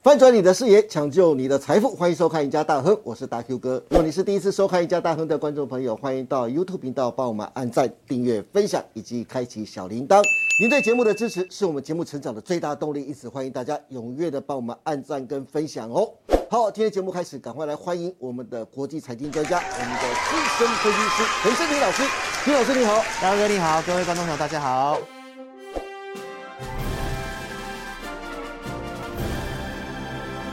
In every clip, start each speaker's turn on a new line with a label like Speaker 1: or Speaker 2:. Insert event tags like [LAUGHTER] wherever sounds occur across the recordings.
Speaker 1: 翻转你的视野，抢救你的财富，欢迎收看《赢家大亨》，我是大 Q 哥。如果你是第一次收看《赢家大亨》的观众朋友，欢迎到 YouTube 频道帮我们按赞、订阅、分享以及开启小铃铛。您对节目的支持是我们节目成长的最大动力，因此欢迎大家踊跃的帮我们按赞跟分享哦。好，今天节目开始，赶快来欢迎我们的国际财经专家，我们的资深分析师陈胜平老师。平老师你好，
Speaker 2: 大哥你好，各位观众朋友大家好。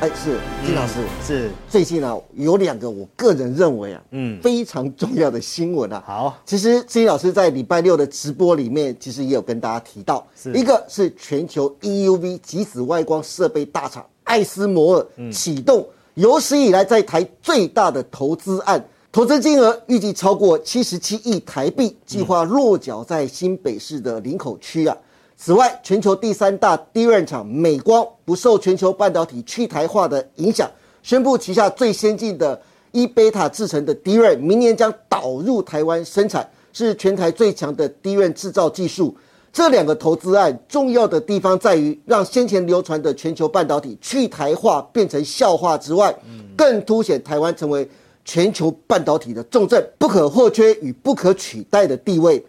Speaker 1: 哎，是金老师。
Speaker 2: 是，
Speaker 1: 最近啊，有两个我个人认为啊，
Speaker 2: 嗯，
Speaker 1: 非常重要的新闻啊。
Speaker 2: 好，
Speaker 1: 其实志毅老师在礼拜六的直播里面，其实也有跟大家提到，
Speaker 2: 是
Speaker 1: 一个是全球 EUV 极紫外光设备大厂艾斯摩尔启动有史以来在台最大的投资案，投资金额预计超过七十七亿台币，计划落脚在新北市的林口区啊。此外，全球第三大 DRAM 厂美光不受全球半导体去台化的影响，宣布旗下最先进的伊贝塔制成的 DRAM 明年将导入台湾生产，是全台最强的 DRAM 制造技术。这两个投资案重要的地方在于，让先前流传的全球半导体去台化变成笑话之外，更凸显台湾成为全球半导体的重镇、不可或缺与不可取代的地位。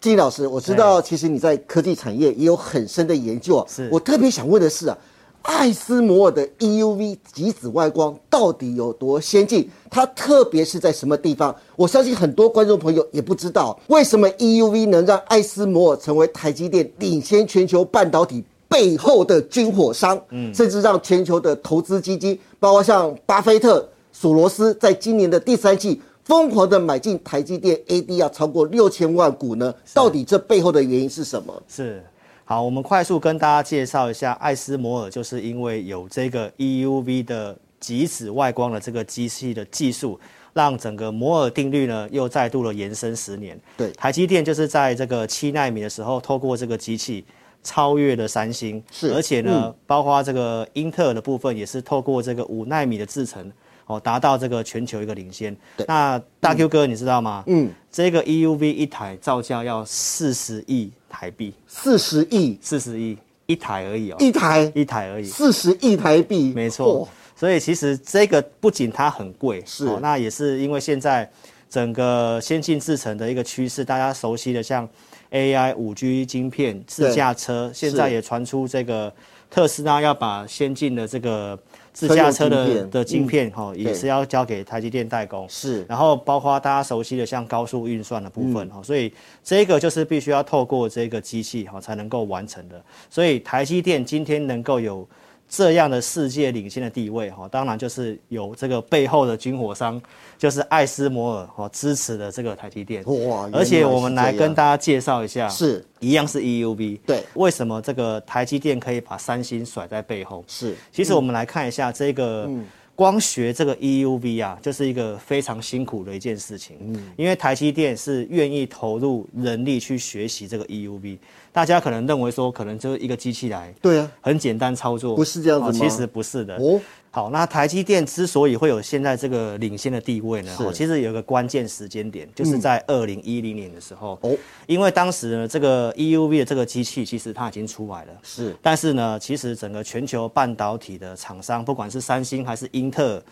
Speaker 1: 金老师，我知道其实你在科技产业也有很深的研究啊。
Speaker 2: 是
Speaker 1: 我特别想问的是啊，艾斯摩尔的 EUV 极紫外光到底有多先进？它特别是在什么地方？我相信很多观众朋友也不知道，为什么 EUV 能让艾斯摩尔成为台积电领先全球半导体背后的军火商，甚至让全球的投资基金，包括像巴菲特、索罗斯，在今年的第三季疯狂的买进台积电 ADR 超过六千万股呢？到底这背后的原因是什么？
Speaker 2: 是。好，我们快速跟大家介绍一下，艾斯摩尔就是因为有这个 EUV 的极紫外光的这个机器的技术，让整个摩尔定律呢又再度的延伸十年。
Speaker 1: 对
Speaker 2: 台积电就是在这个七纳米的时候，透过这个机器超越了三星，
Speaker 1: 是
Speaker 2: 而且呢，包括这个英特尔的部分也是透过这个五纳米的制程。哦，达到这个全球一个领先。那大 Q 哥，你知道吗？嗯，这个 EUV 一台造价要四十亿台币，
Speaker 1: 四十亿
Speaker 2: 四十亿一台而已哦，
Speaker 1: 一台，
Speaker 2: 一台而已，
Speaker 1: 四十亿台币，
Speaker 2: 没错
Speaker 1: 哦。
Speaker 2: 所以其实这个不仅它很贵，哦
Speaker 1: 是
Speaker 2: 那也是因为现在整个先进制程的一个趋势，大家熟悉的像 AI、五 G 晶片、自驾车，现在也传出这个特斯拉要把先进的这个自驾车
Speaker 1: 车用晶
Speaker 2: 的
Speaker 1: 片嗯
Speaker 2: 的晶片哈、
Speaker 1: 对
Speaker 2: 也是要交给台积电代工。
Speaker 1: 是
Speaker 2: 然后包括大家熟悉的像高速运算的部
Speaker 1: 嗯
Speaker 2: 分哈、所以这个就是必须要透过这个机器哈、才能够完成的。所以台积电今天能够有这样的世界领先的地位哈、当然就是有这个背后的军火商，就是艾斯摩尔哈、支持的这个台积电。
Speaker 1: 哇
Speaker 2: 而且我们
Speaker 1: 原来是
Speaker 2: 来
Speaker 1: 这
Speaker 2: 跟
Speaker 1: 样啊
Speaker 2: 大家介绍一下，
Speaker 1: 是
Speaker 2: 一样是 EUV，
Speaker 1: 对
Speaker 2: 为什么这个台积电可以把三星甩在背后？
Speaker 1: 是
Speaker 2: 其实我们来看一下这个
Speaker 1: 嗯
Speaker 2: 光学这个 EUV 啊，就是一个非常辛苦的一件事情。
Speaker 1: 嗯
Speaker 2: 因为台积电是愿意投入人力去学习这个 EUV，大家可能认为说可能就是一个机器来，
Speaker 1: 对啊，
Speaker 2: 很简单操作，
Speaker 1: 不是这样子
Speaker 2: 哦
Speaker 1: 吗
Speaker 2: 其实不是的。
Speaker 1: 哦，
Speaker 2: 好，那台积电之所以会有现在这个领先的地位呢，
Speaker 1: 是嗯
Speaker 2: 哦其实有一个关键时间点，就是在二零一零年的时候。
Speaker 1: 哦
Speaker 2: 因为当时呢，这个 EUV 的这个机器其实它已经出来了。
Speaker 1: 是
Speaker 2: 但是呢，其实整个全球半导体的厂商，不管是三星还是英特尔，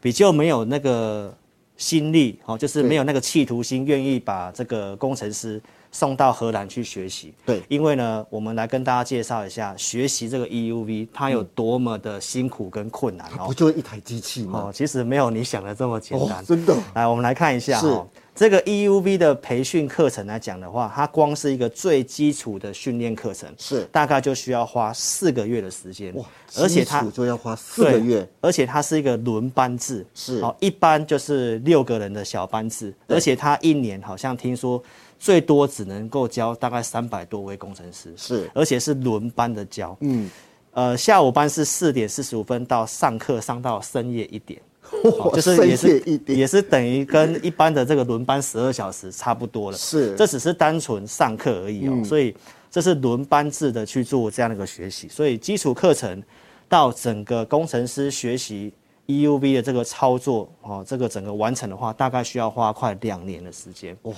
Speaker 2: 比较没有那个心力哦，就是没有那个企图心，愿意把这个工程师送到荷兰去学习。
Speaker 1: 对
Speaker 2: 因为呢，我们来跟大家介绍一下学习这个 EUV 它有多么的辛苦跟困难
Speaker 1: 嗯不
Speaker 2: 哦。
Speaker 1: 就一台机器吗
Speaker 2: 哦？，其实没有你想的这么
Speaker 1: 嗯
Speaker 2: 简
Speaker 1: 哦
Speaker 2: 单，。
Speaker 1: 真的
Speaker 2: 来，我们来看一下
Speaker 1: 是
Speaker 2: 哦，这个 EUV 的培训课程来讲的话，它光是一个最基础的训练课程，
Speaker 1: 是
Speaker 2: 大概就需要花四个月的时间。
Speaker 1: 哇，
Speaker 2: 而且
Speaker 1: 基
Speaker 2: 它
Speaker 1: 础就要花四个
Speaker 2: 对
Speaker 1: 月，
Speaker 2: 而且它是一个轮班制，
Speaker 1: 是
Speaker 2: 哦，一班就是六个人的小班制，而且它一年好像听说最多只能够教大概三百多位工程师，
Speaker 1: 是
Speaker 2: 而且是轮班的教，嗯，呃，下午班是四点四十五分到上课上到深夜一点。哦
Speaker 1: 哇
Speaker 2: 就是
Speaker 1: 深
Speaker 2: 也
Speaker 1: 夜
Speaker 2: 是
Speaker 1: 一点
Speaker 2: 也是等于跟一般的这个轮班十二小时差不多了，
Speaker 1: 是嗯
Speaker 2: 这只是单纯上课而已哦，所以这是轮班制的去做这样的一个学习，所以基础课程到整个工程师学习 EUV 的这个操作哦，这个整个完成的话，大概需要花快两年的时间哇，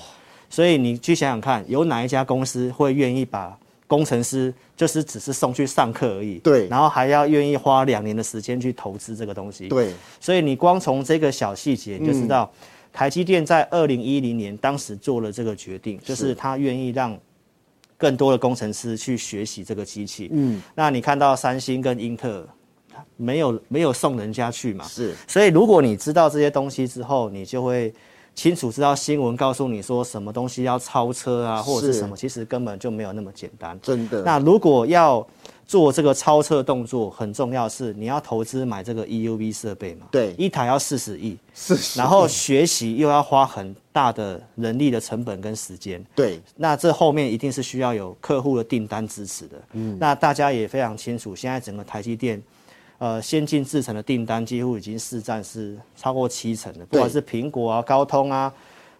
Speaker 2: 所以你去想想看，有哪一家公司会愿意把工程师就是只是送去上课而已，
Speaker 1: 对
Speaker 2: 然后还要愿意花两年的时间去投资这个东西，
Speaker 1: 对，
Speaker 2: 所以你光从这个小细节你就知道，台积电在二零一零年当时做了这个决定，就是他愿意让更多的工程师去学习这个机器。嗯，那你看到三星跟英特尔没有没有送人家去嘛？
Speaker 1: 是
Speaker 2: 所以如果你知道这些东西之后，你就会清楚知道新闻告诉你说什么东西要超车啊，或者是
Speaker 1: 是
Speaker 2: 什么，其实根本就没有那么简单。
Speaker 1: 真的。
Speaker 2: 那如果要做这个超车动作，很重要是你要投资买这个 EUV 设备嘛？
Speaker 1: 对
Speaker 2: 一台要四十亿，
Speaker 1: 是，
Speaker 2: 然后学习又要花很大的人力的成本跟时间。
Speaker 1: 对，
Speaker 2: 那这后面一定是需要有客户的订单支持的。嗯，那大家也非常清楚，现在整个台积电，呃，先进制程的订单几乎已经市占是超过七成的，不管是苹果啊、高通啊，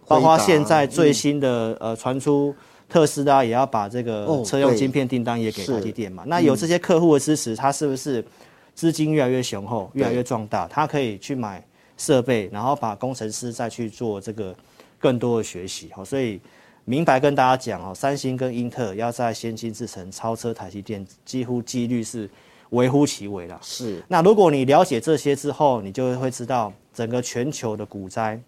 Speaker 2: 包括
Speaker 1: 辉达
Speaker 2: 现在最新的、呃传出特斯拉也要把这个
Speaker 1: 哦
Speaker 2: 车用
Speaker 1: 对
Speaker 2: 晶片订单也给
Speaker 1: 是
Speaker 2: 台积电嘛。那有这些客户的支持，它是不是资金越来越雄厚、越来越壮大？它可以去买设备，然后把工程师再去做这个更多的学习。哦好，所以明白跟大家讲哦，三星跟英特尔要在先进制程超车台积电，几乎几率是微乎其微啦。
Speaker 1: 是
Speaker 2: 那如果你了解这些之后，你就会知道整个全球的股灾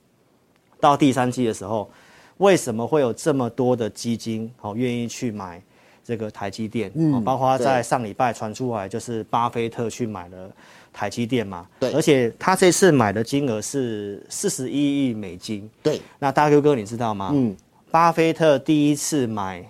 Speaker 2: 到第三季的时候，为什么会有这么多的基金哦愿意去买这个台积电？嗯，包括在
Speaker 1: 对
Speaker 2: 上礼拜传出来，就是巴菲特去买了台积电嘛。
Speaker 1: 对
Speaker 2: 而且他这次买的金额是四十一亿美金。
Speaker 1: 对，
Speaker 2: 那大 Q 哥，你知道吗？嗯，巴菲特第一次买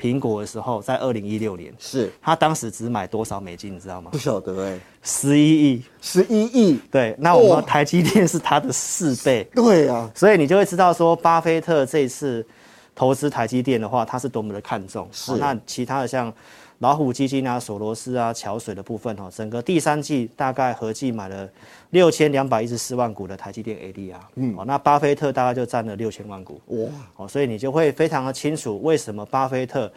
Speaker 2: 苹果的时候，在二零一六年，
Speaker 1: 是
Speaker 2: 他当时只买多少美金？你知道吗
Speaker 1: 不？晓得哎、
Speaker 2: 十一亿。
Speaker 1: 十一亿，
Speaker 2: 对，那我
Speaker 1: 哇
Speaker 2: 们台积电是它的四倍，
Speaker 1: 对啊，
Speaker 2: 所以你就会知道说，巴菲特这一次投资台积电的话，他是多么的看重。
Speaker 1: 是
Speaker 2: 好那其他的像老虎基金啊、索罗斯啊、桥水的部分哈、哦，整个第三季大概合计买了六千两百一十四万股的台积电 ADR，嗯，哦，那巴菲特大概就占了六千万股，
Speaker 1: 哇，
Speaker 2: 哦，所以你就会非常的清楚为什么巴菲特。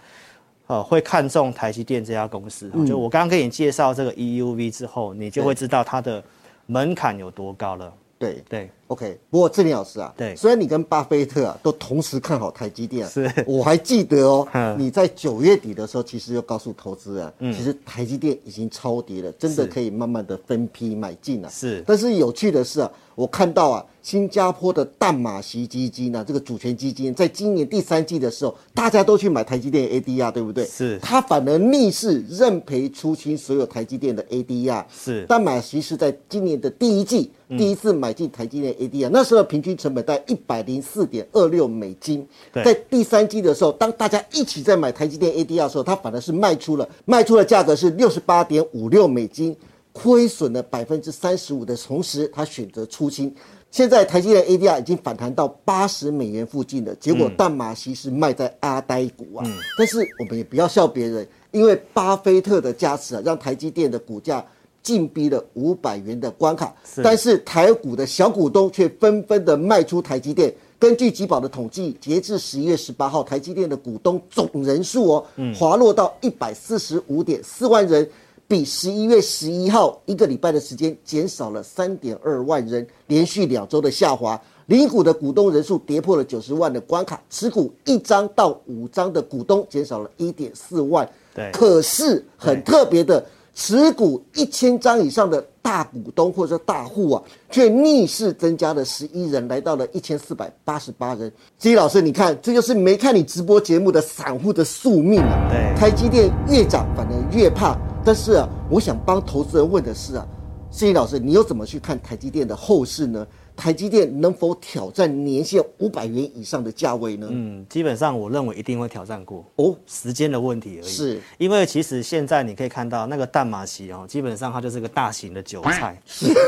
Speaker 2: 呃，会看中台积电这家公司。
Speaker 1: 嗯
Speaker 2: 哦就我刚刚给你介绍这个 EUV 之后，你就会知道它的门槛有多高了。
Speaker 1: 对
Speaker 2: 对，
Speaker 1: OK，不过志林老师啊，
Speaker 2: 对
Speaker 1: 虽然你跟巴菲特啊都同时看好台积电、啊，
Speaker 2: 是
Speaker 1: 我还记得哦，
Speaker 2: [LAUGHS] 嗯
Speaker 1: 你在九月底的时候，其实就告诉投资人啊，其实台积电已经超跌了，真的
Speaker 2: 是
Speaker 1: 可以慢慢的分批买进了、
Speaker 2: 是
Speaker 1: 但是有趣的是啊，我看到啊，新加坡的淡马锡基金呢、啊，这个主权基金，在今年第三季的时候，大家都去买台积电 ADR，对不对？
Speaker 2: 是
Speaker 1: 它反而逆势认赔出清所有台积电的 ADR。
Speaker 2: 是嗯
Speaker 1: 但马其是在今年的第一季第一次买进台积电 ADR，、那时候的平均成本在一百零四点二六美金。
Speaker 2: 对
Speaker 1: 在第三季的时候，当大家一起在买台积电 ADR 的时候，它反而是卖出了，卖出的价格是六十八点五六美金，亏损了百分之三十五的同时，它选择出清。现在台积电 ADR 已经反弹到八十美元附近了，结果
Speaker 2: 嗯
Speaker 1: 淡马锡是卖在阿呆股啊。但是我们也不要笑别人，因为巴菲特的加持啊，让台积电的股价进逼了五百元的关卡。
Speaker 2: 是
Speaker 1: 但是台股的小股东却纷纷的卖出台积电。根据集宝的统计，截至十一月十八号，台积电的股东总人数哦，
Speaker 2: 嗯
Speaker 1: 滑落到一百四十五点四万人，比十一月十一号一个礼拜的时间减少了三点二万人，连续两周的下滑。零股的股东人数跌破了九十万的关卡，持股一张到五张的股东减少了一点四万。
Speaker 2: 对
Speaker 1: 可是很特别的，持股一千张以上的大股东或者大户啊，却逆势增加了十一人，来到了一千四百八十八人。基老师，你看，这就是没看你直播节目的散户的宿命啊！
Speaker 2: 对
Speaker 1: 台积电越涨反而越怕。但是啊，我想帮投资人问的是啊，谢颖老师，你又怎么去看台积电的后市呢？台积电能否挑战年限五百元以上的价位呢？
Speaker 2: 嗯，基本上我认为一定会挑战过，
Speaker 1: 哦，
Speaker 2: 时间的问题而已。
Speaker 1: 是，
Speaker 2: 因为其实现在你可以看到那个淡马锡哦，基本上它就是个大型的韭菜，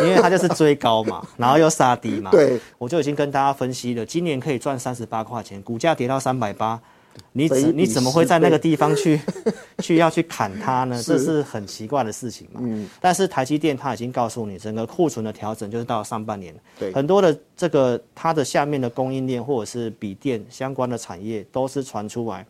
Speaker 2: 因为它就是追高嘛，然后又杀低嘛。
Speaker 1: 对，
Speaker 2: 我就已经跟大家分析了，今年可以赚三十八块钱，股价跌到三百八。你
Speaker 1: 北比
Speaker 2: 怎你怎么会在
Speaker 1: 十倍
Speaker 2: 那个地方去去要去砍它呢？这是很奇怪的事情嘛。但是台积电它已经告诉你，整个库存的调整就是到上半年，
Speaker 1: 对
Speaker 2: 很多的这个它的下面的供应链或者是笔电相关的产业都是传出来，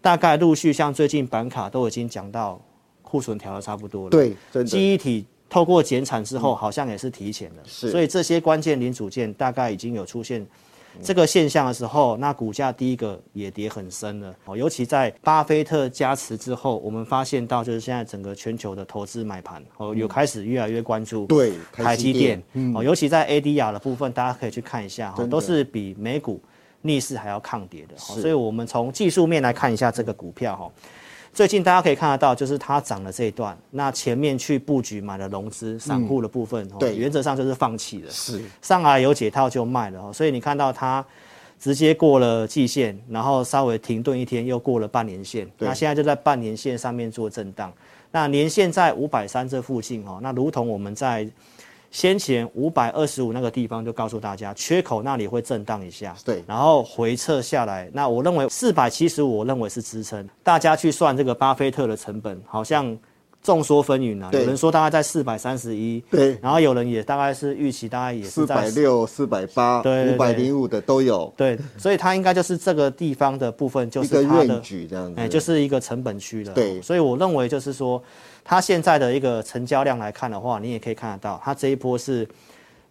Speaker 2: 大概陆续像最近板卡都已经讲到库存调的差不多了。
Speaker 1: 对真的嗯
Speaker 2: 记忆体透过减产之后，好像也是提前了，
Speaker 1: 是
Speaker 2: 所以这些关键零组件大概已经有出现
Speaker 1: 嗯
Speaker 2: 这个现象的时候，那股价第一个也跌很深了。哦，尤其在巴菲特加持之后，我们发现到就是现在整个全球的投资买盘哦，有开始越来越关注
Speaker 1: 嗯对台
Speaker 2: 台
Speaker 1: 积
Speaker 2: 积
Speaker 1: 电嗯
Speaker 2: 电哦，尤其在 ADR 的部分，大家可以去看一下哦哈，都是比美股逆势还要抗跌的。哦所以我们从技术面来看一下这个股票哈。最近大家可以看得到，就是它涨的这一段，那前面去布局买了融资散户的部分，哦
Speaker 1: 对
Speaker 2: 原则上就是放弃了。
Speaker 1: 是
Speaker 2: 上来有解套就卖了哦，所以你看到它直接过了季线，然后稍微停顿一天，又过了半年线，那现在就在半年线上面做震荡。那年线在五百三这附近哦，那如同我们在先前五百二十五那个地方就告诉大家，缺口那里会震荡一下，
Speaker 1: 对
Speaker 2: 然后回撤下来。那我认为四百七十五，我认为是支撑。大家去算这个巴菲特的成本，好像众说纷纭啊。
Speaker 1: 对
Speaker 2: 有人说大概在四百三十一，
Speaker 1: 对
Speaker 2: 然后有人也大概是预期，大概也
Speaker 1: 四
Speaker 2: 是
Speaker 1: 百
Speaker 2: 在
Speaker 1: 六、四百八、
Speaker 2: 对
Speaker 1: 五
Speaker 2: 对
Speaker 1: 百
Speaker 2: 对
Speaker 1: 零五的都有，
Speaker 2: 对，所以它应该就是这个地方的部分，就
Speaker 1: 一个
Speaker 2: 是它的
Speaker 1: range 这样
Speaker 2: 哎、
Speaker 1: 子，
Speaker 2: 就是一个成本区了。
Speaker 1: 对
Speaker 2: 所以我认为就是说，它现在的一个成交量来看的话，你也可以看得到，它这一波是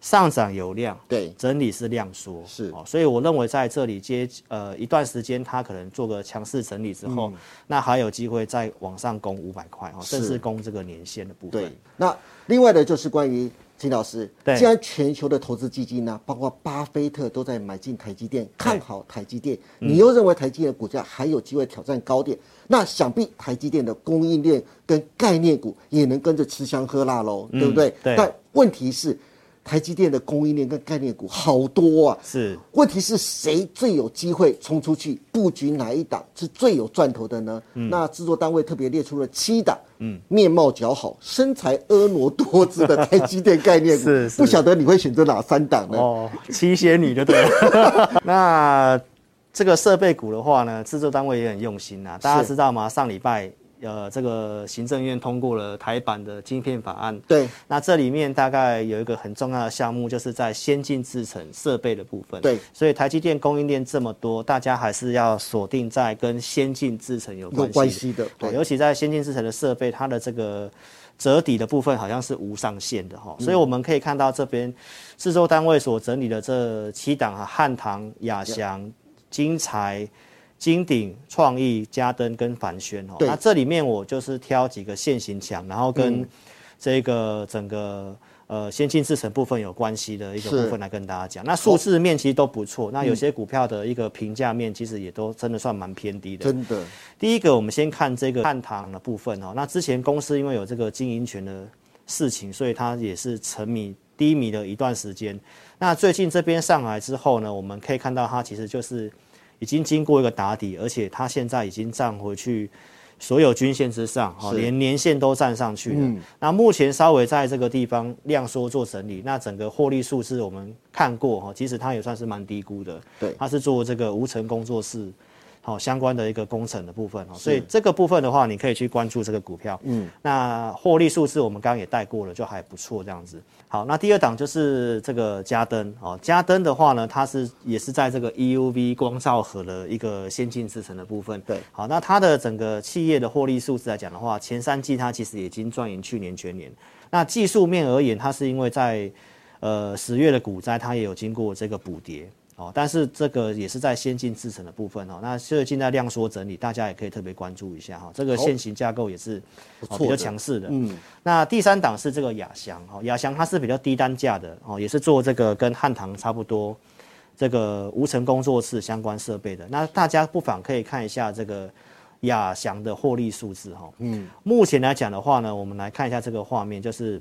Speaker 2: 上涨有量，
Speaker 1: 对
Speaker 2: 整理是量缩，
Speaker 1: 是
Speaker 2: 哦，所以我认为在这里接呃一段时间，它可能做个强势整理之后，那还有机会再往上攻五百块哦，甚
Speaker 1: 嗯是
Speaker 2: 至攻这个年限的部分。
Speaker 1: 对。那另外的就是关于秦老师，
Speaker 2: 对
Speaker 1: 既然全球的投资基金呢，包括巴菲特都在买进台积电，看好台积电，
Speaker 2: 嗯
Speaker 1: 你又认为台积电的股价还有机会挑战高点，那想必台积电的供应链跟概念股也能跟着吃香喝辣喽，对不对？
Speaker 2: 嗯对
Speaker 1: 但问题是，台积电的供应链跟概念股好多啊，
Speaker 2: 是
Speaker 1: 问题是谁最有机会冲出去布局哪一档是最有赚头的呢？
Speaker 2: 嗯
Speaker 1: 那制作单位特别列出了七档，嗯，面貌姣好、身材婀娜多姿的台积电概念股，
Speaker 2: [LAUGHS] 是是
Speaker 1: 不晓得你会选择哪三档呢？
Speaker 2: 哦，七仙女就对
Speaker 1: [LAUGHS]
Speaker 2: 了。那这个设备股的话呢，制作单位也很用心呐、大家
Speaker 1: 是
Speaker 2: 知道吗？上礼拜呃，这个行政院通过了台版的晶片法案。
Speaker 1: 对
Speaker 2: 那这里面大概有一个很重要的项目，就是在先进制程设备的部分。
Speaker 1: 对
Speaker 2: 所以台积电供应链这么多，大家还是要锁定在跟先进制程有
Speaker 1: 有
Speaker 2: 关系
Speaker 1: 关系的，
Speaker 2: 哦
Speaker 1: 对，
Speaker 2: 尤其在先进制程的设备，它的这个折抵的部分好像是无上限的
Speaker 1: 嗯
Speaker 2: 哈、所以我们可以看到这边制作单位所整理的这七档啊，汉唐、亚翔、金材、金鼎、创意、嘉登跟凡轩哦。
Speaker 1: 对
Speaker 2: 那这里面我就是挑几个现行强，然后
Speaker 1: 嗯
Speaker 2: 跟这个整个。呃，先进制程部分有关系的一个
Speaker 1: 是嗯
Speaker 2: 部分来跟大家讲，那数字面其实都不错，那有些股票的一个评价面其实也都真的算蛮偏低的。
Speaker 1: 真的
Speaker 2: 第一个，我们先看这个汉唐的部分哦。那之前公司因为有这个经营权的事情，所以它也是沉迷低迷了一段时间。那最近这边上来之后呢，我们可以看到它其实就是已经经过一个打底，而且它现在已经站回去所有均线之上，哦，
Speaker 1: 是嗯
Speaker 2: 连年线都站上去了。那目前稍微在这个地方量缩做整理，那整个获利数字我们看过哈，哦其实它也算是蛮低估的。
Speaker 1: 对
Speaker 2: 它是做这个无尘工作室。好、相关的一个工程的部分哦，所以这个部分的话，你可以去关注这个股票。嗯，那获利数字我们刚刚也带过了，就还不错这样子。好，那第二档就是这个嘉登哦，嘉登的话呢，它是也是在这个 EUV 光照盒的一个先进制程的部分。
Speaker 1: 对
Speaker 2: 好，那它的整个企业的获利数字来讲的话，前三季它其实已经赚赢去年全年。那技术面而言，它是因为在呃十月的股灾，它也有经过这个补跌哦，但是这个也是在先进制程的部分哦。那最近在量缩整理，大家也可以特别关注一下哈、哦这个现行架构也是、哦、比较强势的。嗯，那第三档是这个亚翔哦，亚翔它是比较低单价的哦，也是做这个跟汉唐差不多。这个无尘工作室相关设备的，那大家不妨可以看一下这个亚翔的获利数字哈。嗯，目前来讲的话呢，我们来看一下这个画面，就是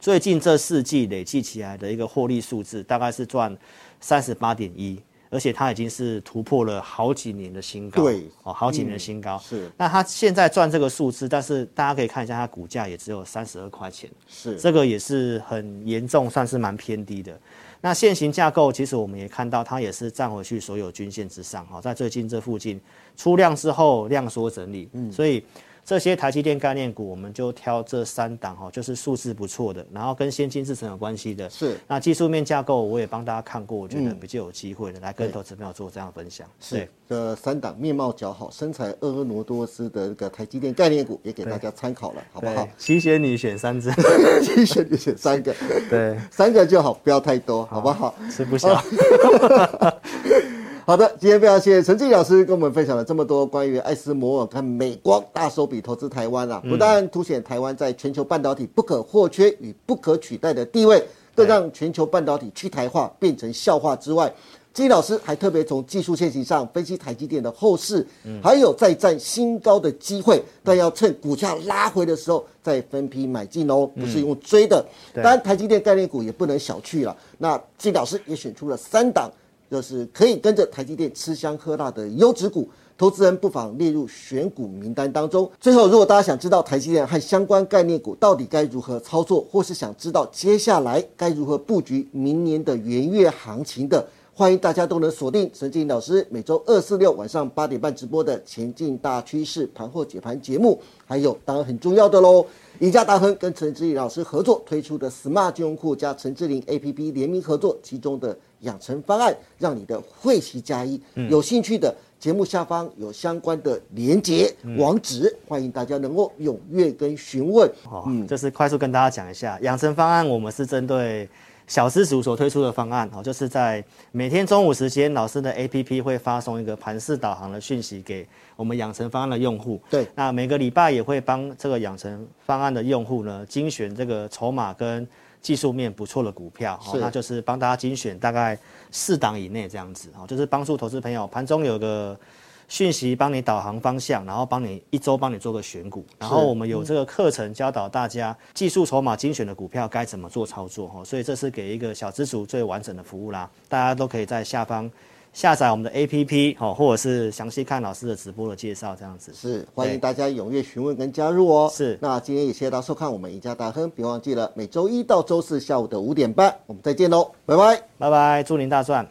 Speaker 2: 最近这四季累计起来的一个获利数字，大概是赚三十八点一，而且它已经是突破了好几年的新高，
Speaker 1: 对嗯
Speaker 2: 哦，好几年的新高。
Speaker 1: 是
Speaker 2: 那它现在赚这个数字，但是大家可以看一下，它股价也只有三十二块钱，
Speaker 1: 是
Speaker 2: 这个也是很严重，算是蛮偏低的。那现行架构，其实我们也看到，它也是站回去哦
Speaker 1: 嗯
Speaker 2: 所有均线之上，哈，在最近这附近出量之后量缩整理，所以这些台积电概念股，我们就挑这三档哈，就是数字不错的，然后跟先进制程有关系的。
Speaker 1: 是嗯
Speaker 2: 那技术面架构我也帮大家看过，我觉得比较有机会的，来跟投资朋友做这样的分享。
Speaker 1: 是
Speaker 2: 对，
Speaker 1: 这三档面貌姣好、身材婀娜多姿的这个台积电概念股也给大家参考了，好不好
Speaker 2: 对？，齐选你选三只，
Speaker 1: [LAUGHS] 你选你选三个， [LAUGHS]
Speaker 2: 对，
Speaker 1: 三个就好，不要太多，好不好？
Speaker 2: 吃不
Speaker 1: 哦
Speaker 2: 消。
Speaker 1: 好的，今天非常谢谢陈静老师跟我们分享了这么多关于艾斯摩尔跟美光大手笔投资台湾啊，不但凸显台湾在全球半导体不可或缺与不可取代的地位，更让全球半导体去台化变成笑话之外。金老师还特别从技术线型上分析台积电的后市，还有再战新高的机会，但要趁股价拉回的时候再分批买进哦，不是用追的。当然，台积电概念股也不能小觑了。那金老师也选出了三档就是可以跟着台积电吃香喝辣的优质股，投资人不妨列入选股名单当中。最后，如果大家想知道台积电和相关概念股到底该如何操作，或是想知道接下来该如何布局明年的元月行情的，欢迎大家都能锁定沈静老师每周二、四、六晚上八点半直播的《前进大趋势盘后解盘》节目，还有当然很重要的喽。宜家达亨跟陈志颖老师合作推出的 Smart 金融库加陈志玲 APP 联名合作，其中的养成方案，让你的会期加一。有兴趣的节目下方有相关的连结、网址，欢迎大家能够踊跃跟询问。
Speaker 2: 哦，
Speaker 1: 嗯
Speaker 2: 就是快速跟大家讲一下养成方案，我们是针对小资族所推出的方案哦，就是在每天中午时间，老师的 APP 会发送一个盘式导航的讯息给我们养成方案的用户。
Speaker 1: 对
Speaker 2: 那每个礼拜也会帮这个养成方案的用户呢，精选这个筹码跟技术面不错的股票，哦
Speaker 1: 是，
Speaker 2: 那就是帮大家精选大概四档以内这样子，哦，就是帮助投资朋友盘中有个讯息帮你导航方向，然后帮你一周帮你做个选股，然后我们有这个课程教导大家技术筹码精选的股票该怎么做操作，哦，所以这是给一个小资族最完整的服务啦，大家都可以在下方。下载我们的 APP 哦，或者是详细看老师的直播的介绍，这样子。
Speaker 1: 是，欢迎
Speaker 2: 对
Speaker 1: 大家踊跃询问跟加入哦。
Speaker 2: 是
Speaker 1: 那今天也谢谢大家收看我们宜家达亨，别忘记了每周一到周四下午的五点半，我们再见喽，拜拜。
Speaker 2: 拜拜，祝您大赚。